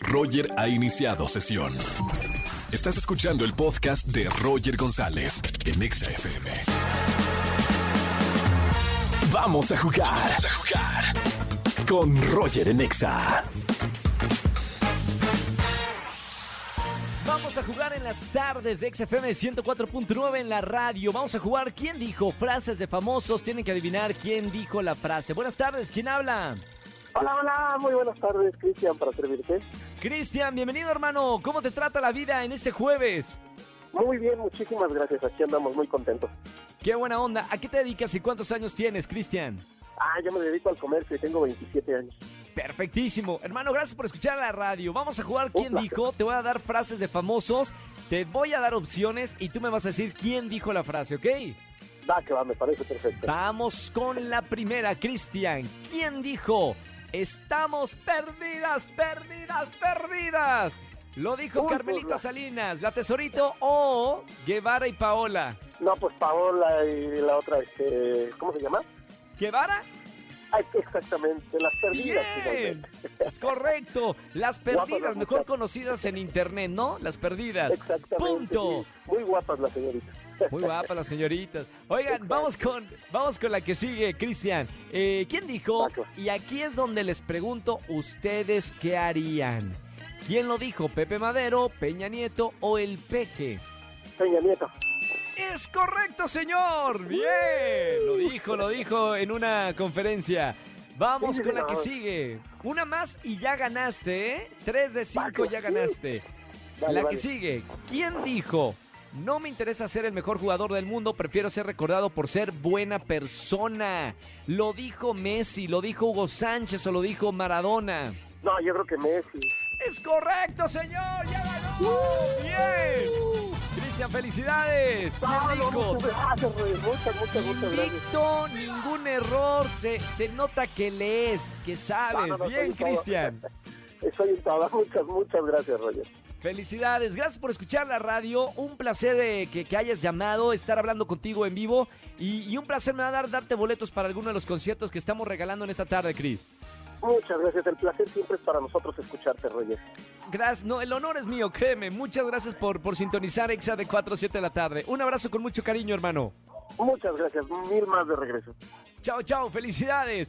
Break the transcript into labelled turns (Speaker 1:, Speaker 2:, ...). Speaker 1: Roger ha iniciado sesión. Estás escuchando el podcast de Roger González en Exa FM. Vamos a jugar. Vamos a jugar. Con Roger en Exa.
Speaker 2: Vamos a jugar en las tardes de XFM 104.9 en la radio. Vamos a jugar quién dijo frases de famosos. Tienen que adivinar quién dijo la frase. Buenas tardes, ¿quién habla?
Speaker 3: Hola, hola, muy buenas tardes, Cristian, para servirte.
Speaker 2: Cristian, bienvenido hermano. ¿Cómo te trata la vida en este jueves?
Speaker 3: Muy bien, muchísimas gracias, aquí andamos muy contentos.
Speaker 2: Qué buena onda. ¿A qué te dedicas y cuántos años tienes, Cristian?
Speaker 3: Ah, yo me dedico al comercio y tengo 27 años.
Speaker 2: Perfectísimo. Hermano, gracias por escuchar la radio. Vamos a jugar quién
Speaker 3: placer.
Speaker 2: dijo. Te voy a dar frases de famosos. Te voy a dar opciones y tú me vas a decir quién dijo la frase, ¿ok?
Speaker 3: Va, que va, me parece perfecto.
Speaker 2: Vamos con la primera, Cristian. ¿Quién dijo? Estamos perdidas, perdidas, perdidas. Lo dijo
Speaker 3: Uy, pues
Speaker 2: Carmelita
Speaker 3: burla.
Speaker 2: Salinas, la tesorito o Guevara y Paola.
Speaker 3: No, pues Paola y la otra, este, ¿cómo se llama?
Speaker 2: ¿Guevara?
Speaker 3: Ah, exactamente, las perdidas.
Speaker 2: Bien.
Speaker 3: finalmente.
Speaker 2: Es correcto. Las
Speaker 3: Guapas las
Speaker 2: perdidas, mejor
Speaker 3: muchachas.
Speaker 2: conocidas en internet, ¿no? Las perdidas.
Speaker 3: Exactamente.
Speaker 2: Punto.
Speaker 3: sí. Muy guapas las señoritas.
Speaker 2: Muy guapas las señoritas. Oigan,
Speaker 3: Exacto.
Speaker 2: vamos con, vamos con la que sigue, Cristian. Eh, ¿Quién dijo?
Speaker 3: Paco.
Speaker 2: Y aquí es donde les pregunto, ¿ustedes qué harían? ¿Quién lo dijo? ¿Pepe Madero, Peña Nieto o el Peje?
Speaker 3: Peña Nieto.
Speaker 2: ¡Es correcto, señor! ¡Bien! Lo dijo, lo dijo en una conferencia. Vamos
Speaker 3: Sí,
Speaker 2: con la que
Speaker 3: señor.
Speaker 2: sigue. Una más y ya ganaste, ¿eh? Tres de cinco
Speaker 3: Paco,
Speaker 2: ya
Speaker 3: sí.
Speaker 2: ganaste.
Speaker 3: Vale,
Speaker 2: la
Speaker 3: vale.
Speaker 2: que sigue. ¿Quién dijo? No me interesa ser el mejor jugador del mundo, prefiero ser recordado por ser buena persona. Lo dijo Messi, lo dijo Hugo Sánchez o lo dijo Maradona.
Speaker 3: No, yo creo que Messi.
Speaker 2: Es correcto, señor, ya ganó. Bien. Cristian, felicidades.
Speaker 3: Ah,
Speaker 2: ¿Quién
Speaker 3: no,
Speaker 2: dijo?
Speaker 3: muchas gracias, Reyes, Muchas, muchas, muchas gracias.
Speaker 2: Invicto, ningún error, se, se nota que lees, que sabes.
Speaker 3: No, eh, no, no,
Speaker 2: Bien,
Speaker 3: soy un favor.
Speaker 2: Cristian.
Speaker 3: Soy un trabajo. Muchas, muchas gracias, Roger.
Speaker 2: Felicidades, gracias por escuchar la radio. Un placer eh, que, que hayas llamado, estar hablando contigo en vivo. Y, y un placer me va a dar darte boletos para alguno de los conciertos que estamos regalando en esta tarde, Cris.
Speaker 3: Muchas gracias. El placer siempre es para nosotros escucharte, Roger.
Speaker 2: Gracias, no, el honor es mío, créeme. Muchas gracias por, por sintonizar Exa de 4 a 7 de la tarde. Un abrazo con mucho cariño, hermano.
Speaker 3: Muchas gracias. Mil más de regreso.
Speaker 2: Chao, chao, felicidades.